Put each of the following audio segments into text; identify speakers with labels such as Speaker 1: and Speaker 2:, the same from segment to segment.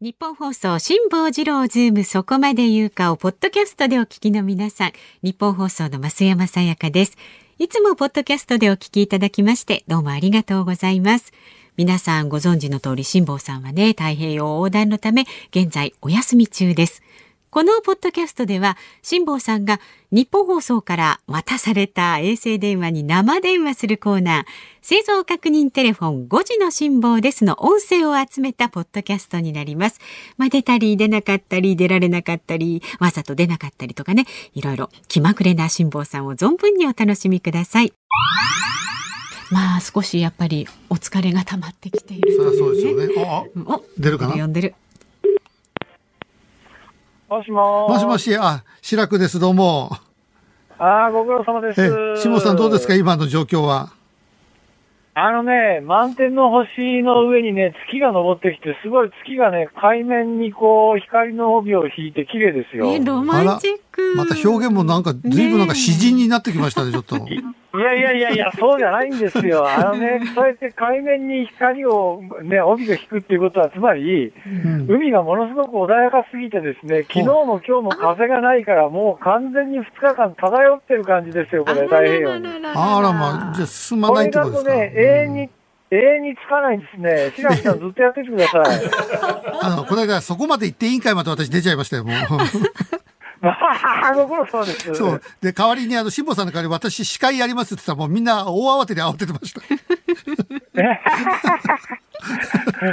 Speaker 1: 日本放送、辛坊治郎ズーム、そこまで言うかを、ポッドキャストでお聞きの皆さん、日本放送の増山さやかです。いつもポッドキャストでお聞きいただきまして、どうもありがとうございます。皆さんご存知の通り、辛坊さんはね、太平洋横断のため、現在お休み中です。このポッドキャストでは、辛坊さんが日本放送から渡された衛星電話に生電話するコーナー、製造確認テレフォン5時の辛坊ですの音声を集めたポッドキャストになります。まあ、出たり出なかったり出られなかったり、わざと出なかったりとかね、いろいろ気まぐれな辛坊さんを存分にお楽しみください。まあ少しやっぱりお疲れが溜まってきている、ね、
Speaker 2: そりゃそうでしょうね。ああ出るかな。
Speaker 1: 呼んでる。
Speaker 3: もしも
Speaker 2: もしもし、あ、白くです、どうも。
Speaker 3: ああ、ご苦労様です。
Speaker 2: え、下さんどうですか、今の状況は。
Speaker 3: あのね、満天の星の上にね、月が昇ってきて、すごい月がね、海面にこう、光の帯を引いて綺麗ですよ。
Speaker 1: え、ロマンチック。
Speaker 2: また表現もなんか、ずいぶんなんか詩人になってきましたね、ねちょっ と。
Speaker 3: いやいやいやいや、そうじゃないんですよ。あのね、そうやって海面に光をね、帯が引くっていうことは、つまり、うん、海がものすごく穏やかすぎてですね、昨日も今日も風がないから、もう完全に2日間漂ってる感じですよ、これ、太平洋に。
Speaker 2: あらまあ、じゃあ進まないってことですか
Speaker 3: これだとね、永遠に、うん、永遠につかないんですね。白木さんずっとやっててください。
Speaker 2: あの、この間そこまで行って委員会まで私出ちゃいましたよ、もう。
Speaker 3: ご苦労様です。
Speaker 2: そう。で、代わりに、あの、辛坊さんの代わり、私、司会やりますって言ったら、もうみんな大慌てで慌ててました。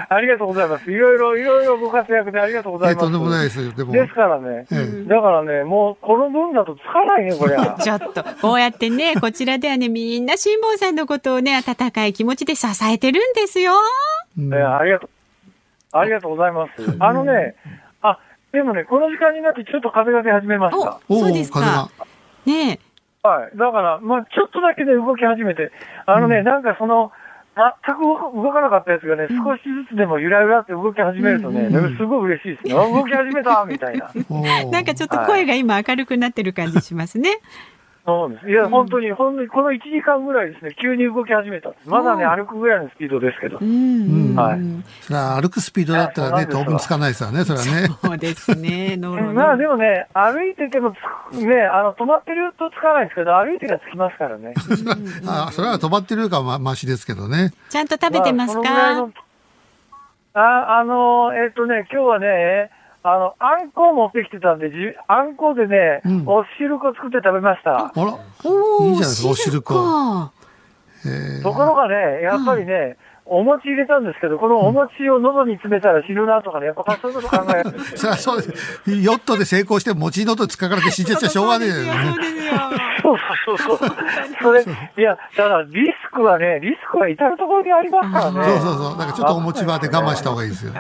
Speaker 3: ありがとうございます。いろいろ、いろいろご活躍でありがとうございます。
Speaker 2: とんでもないですよ、でも。
Speaker 3: ですからね、うん、だからね、もう、この分だとつかないね、 こりゃ。
Speaker 1: ちょっと、こうやってね、 こちらではね、みんな辛坊さんのことをね、温かい気持ちで支えてるんですよ。
Speaker 3: うん、えー、ありがとう。ありがとうございます。あのね、あ、でもね、この時間になってちょっと風が出始めました。
Speaker 1: そうですか。ね
Speaker 3: はい。だから、まあちょっとだけで動き始めて、あのね、うん、なんかその、全く動かなかったやつがね、少しずつでもゆらゆらって動き始めるとね、うん、すごい嬉しい ですね。動き始めたみたいな。
Speaker 1: なんかちょっと声が今明るくなってる感じしますね。
Speaker 3: そうです。いや、本当に、本当に、この1時間ぐらいですね、急に動き始めたんです。まだね、歩くぐらいのスピードですけど。うん。はい。
Speaker 2: それは歩くスピードだったらね、当分つかないですよね、それはね。
Speaker 1: そうですね、
Speaker 3: まあでもね、歩いててもつね、あの、止まってるとつかないですけど、歩いてがつきますからね。
Speaker 2: あそれは止まってるかま、ましですけどね。
Speaker 1: ちゃんと食べてますか、
Speaker 3: あ、あの、えっ、とね、今日はね、あの、あんこを持ってきてたんで、じあんこでね、うん、お汁粉作って食べまし
Speaker 2: あら、お
Speaker 3: た。
Speaker 2: いいじゃないですか、お汁粉。
Speaker 3: ところがね、やっぱりね、うん、お餅入れたんですけど、このお餅を喉に詰めたら死ぬなとかね、やっぱそういうこと考える。
Speaker 2: そりゃそうです。ヨットで成功して餅喉に突っかかれて死んじゃっちゃしょうがねえよ、ね。
Speaker 3: そうそうそうそう。それ、いや、だからリスクはね、リスクは至るところにありますからね。
Speaker 2: そうそうそう。だからちょっとお餅場で我慢した方がいいですよ。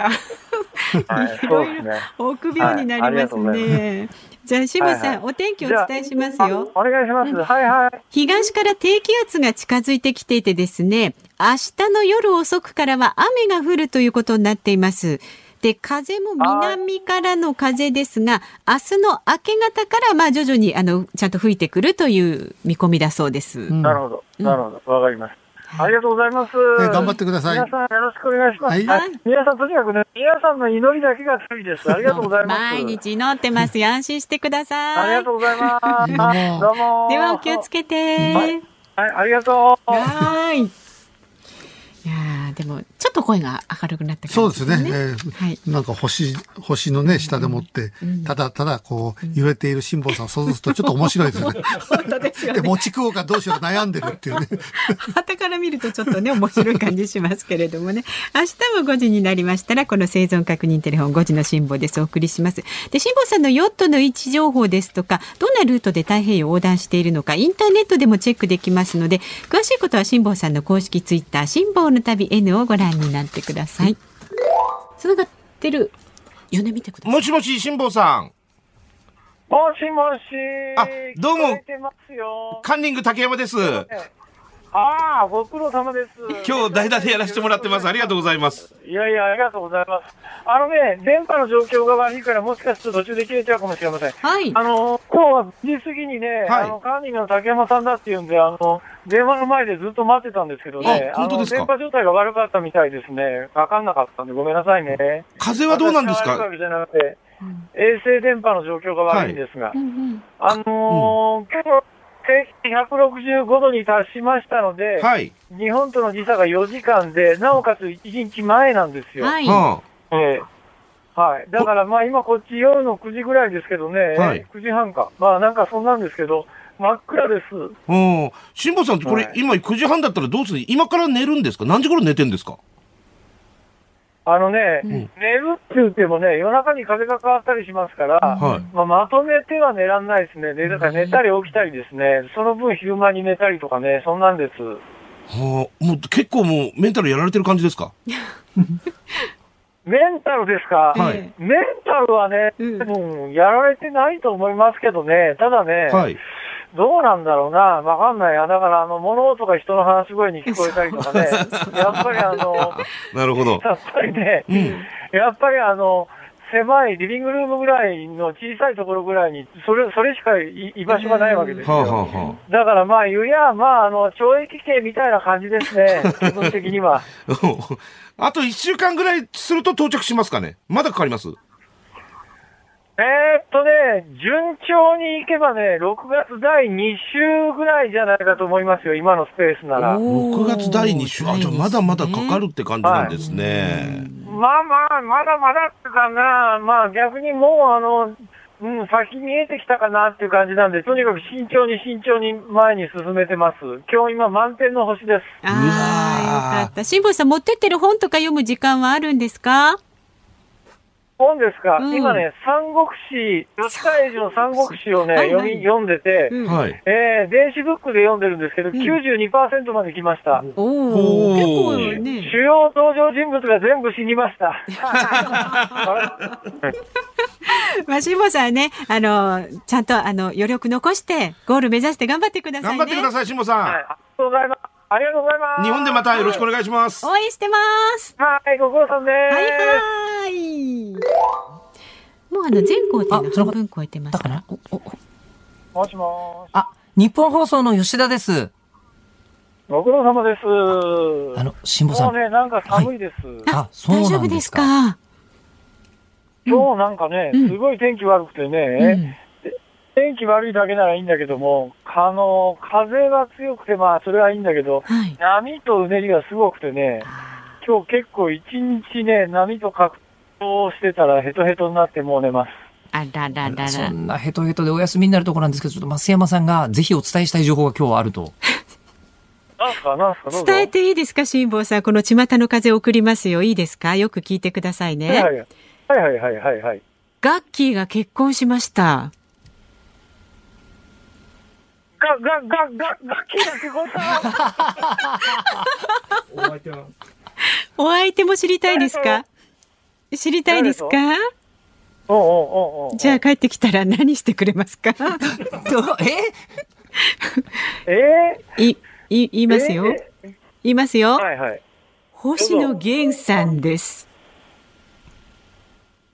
Speaker 1: いろいろ臆病になりますね。じゃあ、渋さん、お天気お伝えしますよ。
Speaker 3: お願いします。はいはい。、
Speaker 1: 東から低気圧が近づいてきていてですね、明日の夜遅くからは雨が降るということになっています。で、風も南からの風ですが、明日の明け方から、まあ、徐々に、あの、ちゃんと吹いてくるという見込みだそうです。うん
Speaker 3: なるほど。なるほど。わ、かります。ありがとうございます、
Speaker 2: ね。頑張ってください。
Speaker 3: 皆さんよろしくお願いします。はいはい、皆さんとにかくね、皆さんの祈りだけが強いです。ありがとうございます。
Speaker 1: 毎日祈って ます安心してくださ
Speaker 3: い。ありがとうございます。どうも。、
Speaker 1: ではお気をつけて。はい
Speaker 3: はい、ありがとう。
Speaker 1: はい。いやでもちょっと声が明るくなった、ね、
Speaker 2: そうですね、えー、はい、なんか星星のね下でもって、うん、ただただこう、うん、揺れている辛坊さんを想像するとちょっと面白いですね。
Speaker 1: 本当ですよ、ね、
Speaker 2: で持ち食おうかどうしようか悩んでるっていうね。
Speaker 1: 旗から見るとちょっとね面白い感じしますけれどもね 明日も5時になりましたらこの生存確認テレフォン5時の辛坊ですお送りします。で辛坊さんのヨットの位置情報ですとかどんなルートで太平洋横断しているのかインターネットでもチェックできますので詳しいことは辛坊さんの公式ツイッター辛坊の旅 N をご覧になってください。つがってる。よね見てください。
Speaker 4: もしもし辛坊さん。
Speaker 3: もしもし。
Speaker 4: あ、どうも。カンニング竹山です。
Speaker 3: ね、ああ、ご苦労様です。
Speaker 4: 今日代打でやらせてもらってます。ありがとうございます。
Speaker 3: いやいや、ありがとうございます。あのね、電波の状況が悪いから、もしかすると途中で切れちゃうかもしれません。
Speaker 1: はい。
Speaker 3: あの、今日は9時過ぎにね、
Speaker 4: はい
Speaker 3: あの、管理の竹山さんだっていうんで、あの、電話の前でずっと待ってたんですけどね、
Speaker 4: あ本当
Speaker 3: の、
Speaker 4: ですか
Speaker 3: 電波状態が悪かったみたいですね。わかんなかったんで、ごめんなさいね。
Speaker 4: 風はどうなんです
Speaker 3: 私が悪いわ
Speaker 4: か
Speaker 3: けじゃなくて、衛星電波の状況が悪いんですが、
Speaker 1: うん
Speaker 3: あのー今日、165度に達しましたので、
Speaker 4: はい。
Speaker 3: 日本との時差が4時間で、なおかつ1日前なんです
Speaker 1: うん
Speaker 3: よ。
Speaker 1: はい。
Speaker 4: は
Speaker 3: ええはい。だから、まあ今こっち夜の9時ぐらいですけどね、
Speaker 4: はい
Speaker 3: 9時半か。まあなんかそんなんですけど、真っ暗です。
Speaker 4: あ。うん。辛坊さん、これ、
Speaker 3: はい
Speaker 4: 今9時半だったらどうする今から寝るんですか何時頃寝てんですか
Speaker 3: あのね、
Speaker 4: ん
Speaker 3: 寝るって言ってもね、夜中に風が変わったりしますから、
Speaker 4: はい。
Speaker 3: まあ、まとめては寝らんないですね。寝だから寝たり起きたりですね。その分昼間に寝たりとかね、そんなんです。
Speaker 4: はあ。もう結構もうメンタルやられてる感じですか
Speaker 3: メンタルですか、
Speaker 4: はい
Speaker 1: え
Speaker 3: メンタルはね、
Speaker 1: うん
Speaker 3: 多分やられてないと思いますけどね、ただね、
Speaker 4: はい。
Speaker 3: どうなんだろうな、わかんないや、だからあの物音が人の話し声に聞こえたりとか ね、やっぱりあの、
Speaker 4: なるほど。
Speaker 3: やっぱりね、
Speaker 4: うん。
Speaker 3: やっぱりあの、狭いリビングルームぐらいの小さいところぐらいに、それ、それしかい居場所がないわけです
Speaker 4: はあ、は
Speaker 3: よ。
Speaker 4: あは
Speaker 3: だからまあ、言うや、まあ、あの、懲役刑みたいな感じです ね、基本的には。
Speaker 4: あ、あと1週間ぐらいすると到着しますかねまだかかります
Speaker 3: えーっとね、順調にいけばね、6月第2週ぐらいじゃないかと思いますよ、今のスペースなら。
Speaker 4: 6月第2週。あ、じゃあまだまだかか
Speaker 1: る。
Speaker 4: るって感じなんですね。
Speaker 3: まあまあ、まだまだってかな、まあ逆にもうあの、うん、先見えてきたかなっていう感じなんで、とにかく慎重に慎重に前に進めてます。今日今満点の星です。
Speaker 1: ああ、
Speaker 4: うわー
Speaker 1: よかった。辛坊さん、持ってってる本とか読む時間はあるんですか
Speaker 3: 本ですか、
Speaker 1: うん
Speaker 3: 今ね、三国志、吉川英治の三国志をね、
Speaker 1: はいはい
Speaker 3: 読み、読んでて、
Speaker 1: うん
Speaker 4: はい。
Speaker 3: えー、電子ブックで読んでるんですけど、92%まで来ました。
Speaker 1: おお、結
Speaker 4: おー
Speaker 1: 構ね。
Speaker 3: 主要登場人物が全部死にました。
Speaker 1: まあ、辛坊さんはね、あの、ちゃんと、あの、余力残して、ゴール目指して頑張ってください
Speaker 4: 頑
Speaker 1: ね。
Speaker 4: 張ってください、しん
Speaker 3: はい
Speaker 4: さ
Speaker 3: ありがとうございます。ありがとうございます。
Speaker 4: ん。日本でまたよろしくお願いします。
Speaker 1: 応援してます。
Speaker 3: はい、ご苦労さんです。
Speaker 1: はいはーい。もうあの全校で
Speaker 5: あその
Speaker 1: 半分超えてま
Speaker 5: だ
Speaker 1: す
Speaker 5: か
Speaker 1: から
Speaker 5: ら。おおお
Speaker 3: もしもーし。
Speaker 5: あ、日本放送の吉田です。
Speaker 3: ご苦労様です。
Speaker 5: あの、辛坊さ。
Speaker 3: もうんね、なんか寒いです。
Speaker 5: あ、そう
Speaker 1: 大丈
Speaker 5: な
Speaker 1: 夫
Speaker 5: ん
Speaker 1: で
Speaker 5: ですすか。
Speaker 1: か。
Speaker 3: 今日なんかね、
Speaker 1: うん
Speaker 3: すごい天気悪くてね、天気悪いだけならいいんだけども、あの、風が強くて、まあ、それはいいんだけど、
Speaker 1: はい。
Speaker 3: 波とうねりがすごくてね、今日結構一日ね、波と格闘してたらヘトヘトになってもう寝ます。
Speaker 1: あらららら。
Speaker 5: そんなヘトヘトでお休みになるところなんですけど、ちょっと増山さんがぜひお伝えしたい情報が今日はあると。
Speaker 3: なんすか、なんすか、どうぞ。
Speaker 1: 伝えていいですか、辛坊さん。この巷の風送りますよ。いいですかよく聞いてくださいね。
Speaker 3: はいはいはいはいはいはい。
Speaker 1: ガッキーが結婚しました。
Speaker 3: ガガガガガキだけごた。
Speaker 1: お相手も知りたいですか知りたいですか
Speaker 3: おうおうおうおう。
Speaker 1: じゃあ帰ってきたら 何してくれます か
Speaker 5: どうえ
Speaker 3: えー、
Speaker 1: い、い、言いますよ。
Speaker 3: え
Speaker 1: 言います
Speaker 3: ー
Speaker 1: よ。
Speaker 3: はいはい。
Speaker 1: 星野源さんです。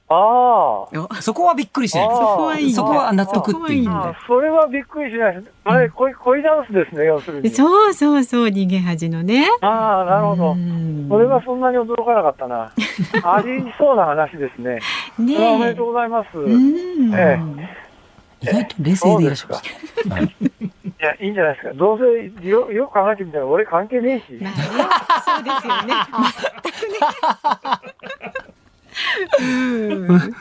Speaker 3: あ
Speaker 1: お
Speaker 5: そこはびっくりしないで
Speaker 3: あ
Speaker 5: す
Speaker 3: ー
Speaker 5: か
Speaker 1: そこはいい。
Speaker 5: そこは納得っていう
Speaker 1: あー
Speaker 3: あ、あそれはびっくりしないです。あれ、恋、恋ダンスですね、要するに。
Speaker 1: そうそうそう、逃げ恥のね。
Speaker 3: ああ、なるほど
Speaker 1: う。ん
Speaker 3: それはそんなに驚かなかった な。ありそうな話ですね。
Speaker 1: ね
Speaker 3: それはおめで
Speaker 1: え
Speaker 3: とう。ございます。
Speaker 1: うん。
Speaker 3: え
Speaker 5: 意外と冷静でいらっしゃいました。はい
Speaker 3: いや、いいんじゃないですか。どうせ、よ、よく考えてみたら俺関係ねえし
Speaker 1: ま。あね、そうですよ ね。全くね。うん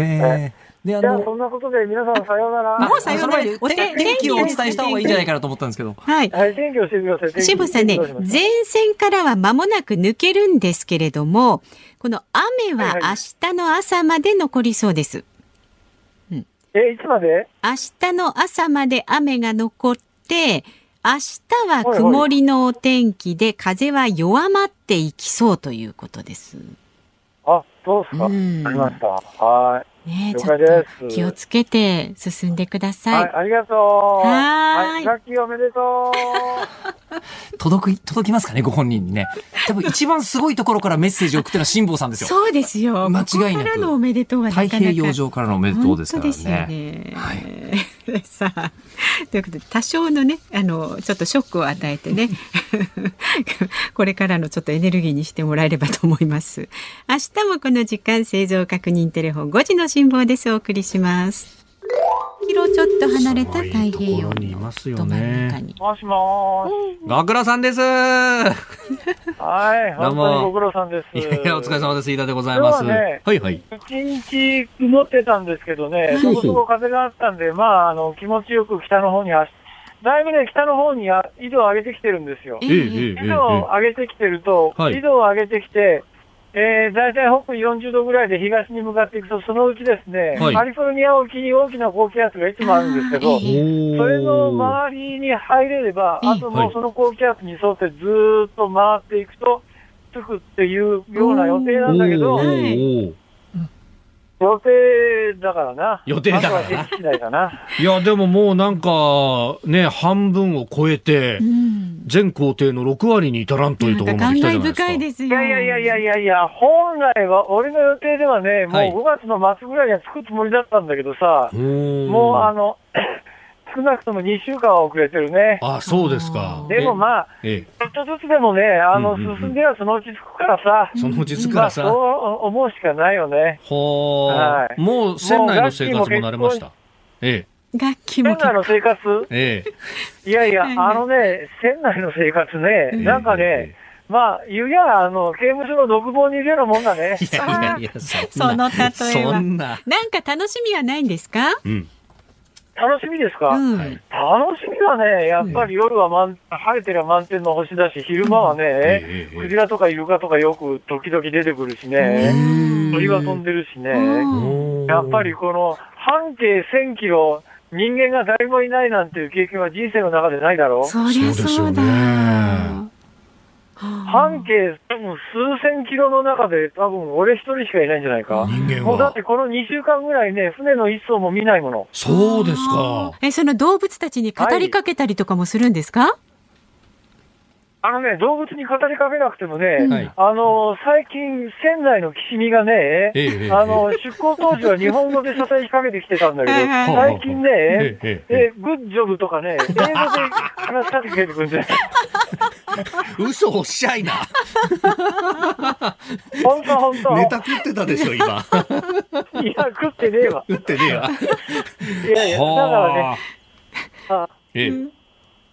Speaker 5: えーで、あ
Speaker 3: じゃあ、
Speaker 5: の、
Speaker 3: そんなことで皆さんさようなら。
Speaker 5: あ
Speaker 1: もうさよう
Speaker 5: その
Speaker 1: なら
Speaker 5: 前に
Speaker 1: お天
Speaker 5: 天天気をお伝えした方がいいんじゃないかなと思ったんですけど。
Speaker 1: はい。
Speaker 3: はい、天気教えてください。天気
Speaker 1: 辛坊さんね
Speaker 3: どうしま、した
Speaker 1: 前線からは間もなく抜けるんですけれども、この雨は
Speaker 3: はいはい
Speaker 1: 明日の朝まで残りそうです。
Speaker 3: え、いつまで
Speaker 1: 明日の朝まで雨が残って、明日は曇りのお天気で風は弱まっていきそうということです。
Speaker 3: あ、そうですか。
Speaker 1: う
Speaker 3: わ
Speaker 1: ん
Speaker 3: かりました。は
Speaker 1: ねえ、
Speaker 3: 了
Speaker 1: ちょっ
Speaker 3: 解で
Speaker 1: と
Speaker 3: す
Speaker 1: 気をつけて進んでください。
Speaker 3: はい、ありがとう。
Speaker 1: はーい
Speaker 3: ラッキーおめでとう。
Speaker 5: 届く、届きますかね、ご本人にね。多分一番すごいところからメッセージを送ったのは辛坊さんですよ。
Speaker 1: そうですよ。
Speaker 5: 間違いなく
Speaker 1: ここからのおめでとうはなか
Speaker 5: 太
Speaker 1: なか
Speaker 5: 平洋上からのおめでとうですから
Speaker 1: 本当
Speaker 5: ね。
Speaker 1: ですよね。
Speaker 5: は
Speaker 1: さあということで多少のねあのちょっとショックを与えてね これからのちょっとエネルギーにしてもらえればと思います。明日もこの時間製造確認テレフォン5時の辛抱ですお送りします。キロちょっと離れた太平洋の
Speaker 6: います
Speaker 1: ど
Speaker 6: よ
Speaker 1: 真ん中
Speaker 6: ね。
Speaker 1: に。
Speaker 3: もしもーし。
Speaker 5: ご苦労さんです。い
Speaker 3: はい、
Speaker 5: ど
Speaker 3: 本
Speaker 5: うも
Speaker 3: 当にご苦労さんです。
Speaker 5: やいや、お疲れ様です。飯田でござい
Speaker 3: 今日
Speaker 5: ま
Speaker 3: は
Speaker 5: す。
Speaker 3: ね
Speaker 5: はいはい。
Speaker 3: 一日曇ってたんですけどね、そこそこ風があったんで、まあ、あの、気持ちよく北の方にあ、だいぶね、北の方にあ緯度を上げてきてるんですよ。
Speaker 1: え
Speaker 6: ええ
Speaker 1: え
Speaker 6: ええ
Speaker 3: 緯度を上げてきてると、
Speaker 6: はい
Speaker 3: 緯度を上げてきて、えー、大体北緯40度ぐらいで東に向かっていくと、そのうちですね、
Speaker 6: はい
Speaker 3: カリフォルニア沖に大きな高気圧がいつもあるんですけ
Speaker 1: あ
Speaker 3: ど
Speaker 1: ー、
Speaker 6: おー
Speaker 3: それの周りに入れれば、
Speaker 1: ええ
Speaker 3: あともうその高気圧に沿ってずーっと回っていくと、着くっていうような予定なんだけ
Speaker 6: お
Speaker 3: ど
Speaker 6: ー、おー
Speaker 3: 予定だからな。
Speaker 6: 予定だからな
Speaker 3: あとは天気次第だな。
Speaker 6: いや、でももうなんか、ね、半分を超えて
Speaker 1: う、ん。
Speaker 6: 全工程の6割に至らんというところまで来たじ
Speaker 1: な
Speaker 6: ゃ
Speaker 1: ん
Speaker 6: ない
Speaker 1: か感慨
Speaker 6: ですか。
Speaker 1: 深いです
Speaker 3: い
Speaker 1: よ。
Speaker 3: やいやいやいやいやいや、本来は、俺の予定ではね、
Speaker 5: はい
Speaker 3: もう5月の末ぐらいには着くつもりだったんだけどさ、もうあの、 少なくとも2週間は遅れてるね。
Speaker 6: あ、そうですか。
Speaker 3: でもまあ、
Speaker 6: え
Speaker 3: ちょっとずつでもね、あの、
Speaker 6: うんうんうん
Speaker 3: 進んではそのうち着くからさ、
Speaker 6: え、そのうち着くか
Speaker 3: まあ
Speaker 6: ら
Speaker 3: そ
Speaker 6: さ、
Speaker 3: う思うしかないよね。
Speaker 6: ほ
Speaker 3: はい
Speaker 6: ーもう船内の生活も慣れました。え
Speaker 1: 楽器も
Speaker 3: 船内の生活
Speaker 6: え、ええ。
Speaker 3: いやいや、
Speaker 1: はいはい
Speaker 3: あのね、船内の生活ね、なんかね、まあ、言うや、あの、刑務所の独房にいるようなもんだね。
Speaker 6: いやいやいや、そ
Speaker 1: そ
Speaker 6: ん
Speaker 1: の
Speaker 6: な。
Speaker 1: 例えは。
Speaker 6: そんな。
Speaker 1: なんか楽しみはないんですか？
Speaker 6: うん。
Speaker 3: 楽しみですか、
Speaker 1: うん。
Speaker 6: はい
Speaker 3: 楽しみはね、やっぱり夜は満、晴れてりゃ満天の星だし、昼間はね、
Speaker 6: ええ
Speaker 3: クジラとかイルカとかよく時々出てくるしね、
Speaker 1: うん
Speaker 3: 鳥は飛んでるし
Speaker 1: う
Speaker 3: ね、
Speaker 1: ん
Speaker 6: おー
Speaker 3: やっぱりこの半径1000キロ、人間が誰もいないなんていう経験は人生の中でないだろう
Speaker 1: そりゃそうだ。
Speaker 6: そうですよね
Speaker 1: はあ
Speaker 3: 半径多分数千キロの中で多分俺一人しかいないんじゃないか。
Speaker 6: 人間
Speaker 3: もうだっ
Speaker 6: は。
Speaker 3: てこの2週間ぐらいね、船の一層も見ないもの。
Speaker 6: そうですか。
Speaker 1: え、その動物たちに語りかけたりとかもするんですか？
Speaker 3: あのね、動物に語りかけなくてもね、
Speaker 6: はい。
Speaker 3: あの、最近、船内の岸見がね、
Speaker 6: ええええ
Speaker 3: あの、出港当時は日本語で囁きかけてきてたんだけ
Speaker 1: はいはい
Speaker 3: ど、最近ね、
Speaker 6: ええええ
Speaker 3: え、グッジョブとかね、英語で話しかけてくるんで、
Speaker 5: 嘘おっしゃいな。
Speaker 3: 本当本当
Speaker 5: ネタ食ってたでしょ、今。
Speaker 3: い や、食ってねえわ。
Speaker 5: 食ってねえわ。
Speaker 3: いやいや、だからね、
Speaker 6: はあ。
Speaker 3: あ
Speaker 6: ええ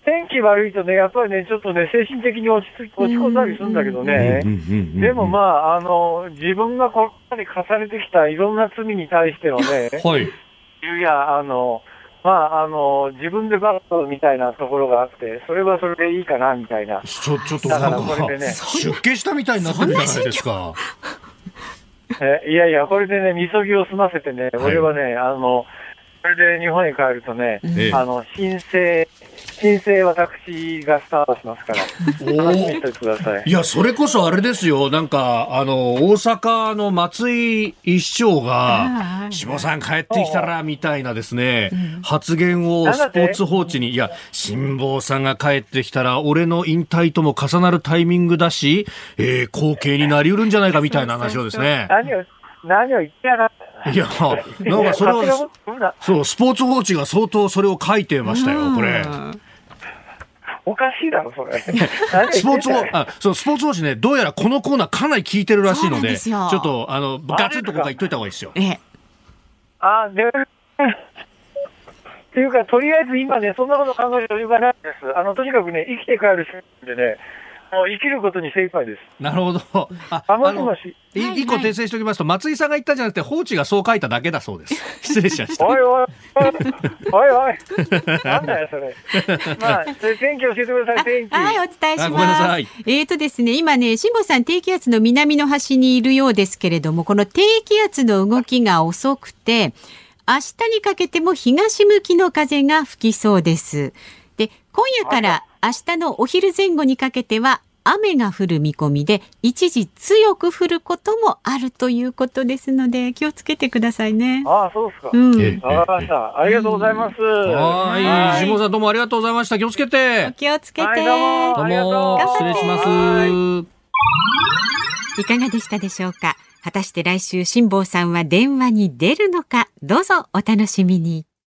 Speaker 3: 天気悪いとね、やっぱりね、ちょっとね、精神的に落ち着き、落ち込んだりするんだけど
Speaker 6: うん
Speaker 3: ね、
Speaker 6: うんうんうん
Speaker 3: でもまあ、あの、自分がここまで重ねてきたいろんな罪に対してのね、
Speaker 6: はい。
Speaker 3: いや、あの、まあ、あの、自分でバットみたいなところがあって、それはそれでいいかな、みたいな。
Speaker 6: ちょ、ちょっと
Speaker 3: だ
Speaker 6: な
Speaker 3: か
Speaker 6: ん
Speaker 3: ら
Speaker 6: か
Speaker 3: これでね、
Speaker 6: 出家したみたいになってるじゃないですか。
Speaker 3: えいやいや、これでね、みそぎを済ませてね、
Speaker 6: い
Speaker 3: 俺はね、あの、これで日本に帰るとね、
Speaker 6: ええ
Speaker 3: あの、申請、申請私がスタートしますから、楽しみにし
Speaker 6: お
Speaker 3: ててください。
Speaker 6: いや、それこそあれですよ。なんか、あの、大阪の松井市長
Speaker 1: あ
Speaker 6: が、
Speaker 1: あ
Speaker 6: 志保さん帰ってきたら、みたいなですね、発言をスポーツ報知に、いや、辛坊さんが帰ってきたら、俺の引退とも重なるタイミングだし、えー、後継になりうるんじゃないか、みたいな話をで すね。
Speaker 3: 何を、何を言ってやがった。
Speaker 6: いや、なんかそれ
Speaker 3: いや勝手な
Speaker 6: は
Speaker 3: こ、と言うな
Speaker 6: そう、スポーツ報知が相当それを書いてましたよ、これ。
Speaker 3: おかしいだろ、それ。何を言って
Speaker 6: ス
Speaker 3: んだ
Speaker 6: ポ
Speaker 3: よ
Speaker 6: ーツ 報、あ、そう、スポーツ報知ね、どうやらこのコーナーかなり聞いてるらしいので、
Speaker 1: そ
Speaker 6: ち
Speaker 1: うなん
Speaker 6: ょ
Speaker 1: ですよ
Speaker 6: っと、あの、ガツンと今回言っといた方がいいですよ。
Speaker 1: え、
Speaker 3: あ、で、っていうか、とりあえず今ね、そんなこと考える余裕がないです。あの、とにかくね、生きて帰るしなんでね、もう生きることに精一杯です。
Speaker 6: なるほど。あ、
Speaker 3: あ、もし
Speaker 6: の
Speaker 3: もし。
Speaker 6: い
Speaker 1: はい
Speaker 6: 一個訂正しておきますと、松井さんが言ったんじゃなくて、放置がそう書いただけだそうです。失礼し ました。
Speaker 3: おいおい、おいおいおい、なんだよ、それ。まあ、で天気教えてください、天気。
Speaker 1: はい、お伝え
Speaker 6: あ
Speaker 1: し
Speaker 6: ごめんな
Speaker 1: ま
Speaker 6: さ
Speaker 1: す
Speaker 6: い。
Speaker 1: えーとですね、今ね、辛坊さん低気圧の南の端にいるようですけれども、この低気圧の動きが遅くて、明日にかけても東向きの風が吹きそうです。で、今夜から明日のお昼前後にかけては雨が降る見込みで、一時強く降ることもあるということですので、気をつけてくださいね。
Speaker 3: ああ、そうですか。
Speaker 1: うん。
Speaker 6: ええ
Speaker 3: わかりました。ありがとうございます。
Speaker 6: は
Speaker 1: はい
Speaker 6: い。石本さんどうもありがとうございました。気をつけ
Speaker 1: お
Speaker 6: て。
Speaker 1: 気をつけて。
Speaker 3: はいどうも
Speaker 6: どう
Speaker 3: ありがとう
Speaker 6: も、失
Speaker 1: 頑張っ
Speaker 6: 礼
Speaker 1: て
Speaker 6: します。
Speaker 1: いかがでしたでしょうか果たして来週辛坊さんは電話に出るのかどうぞお楽しみに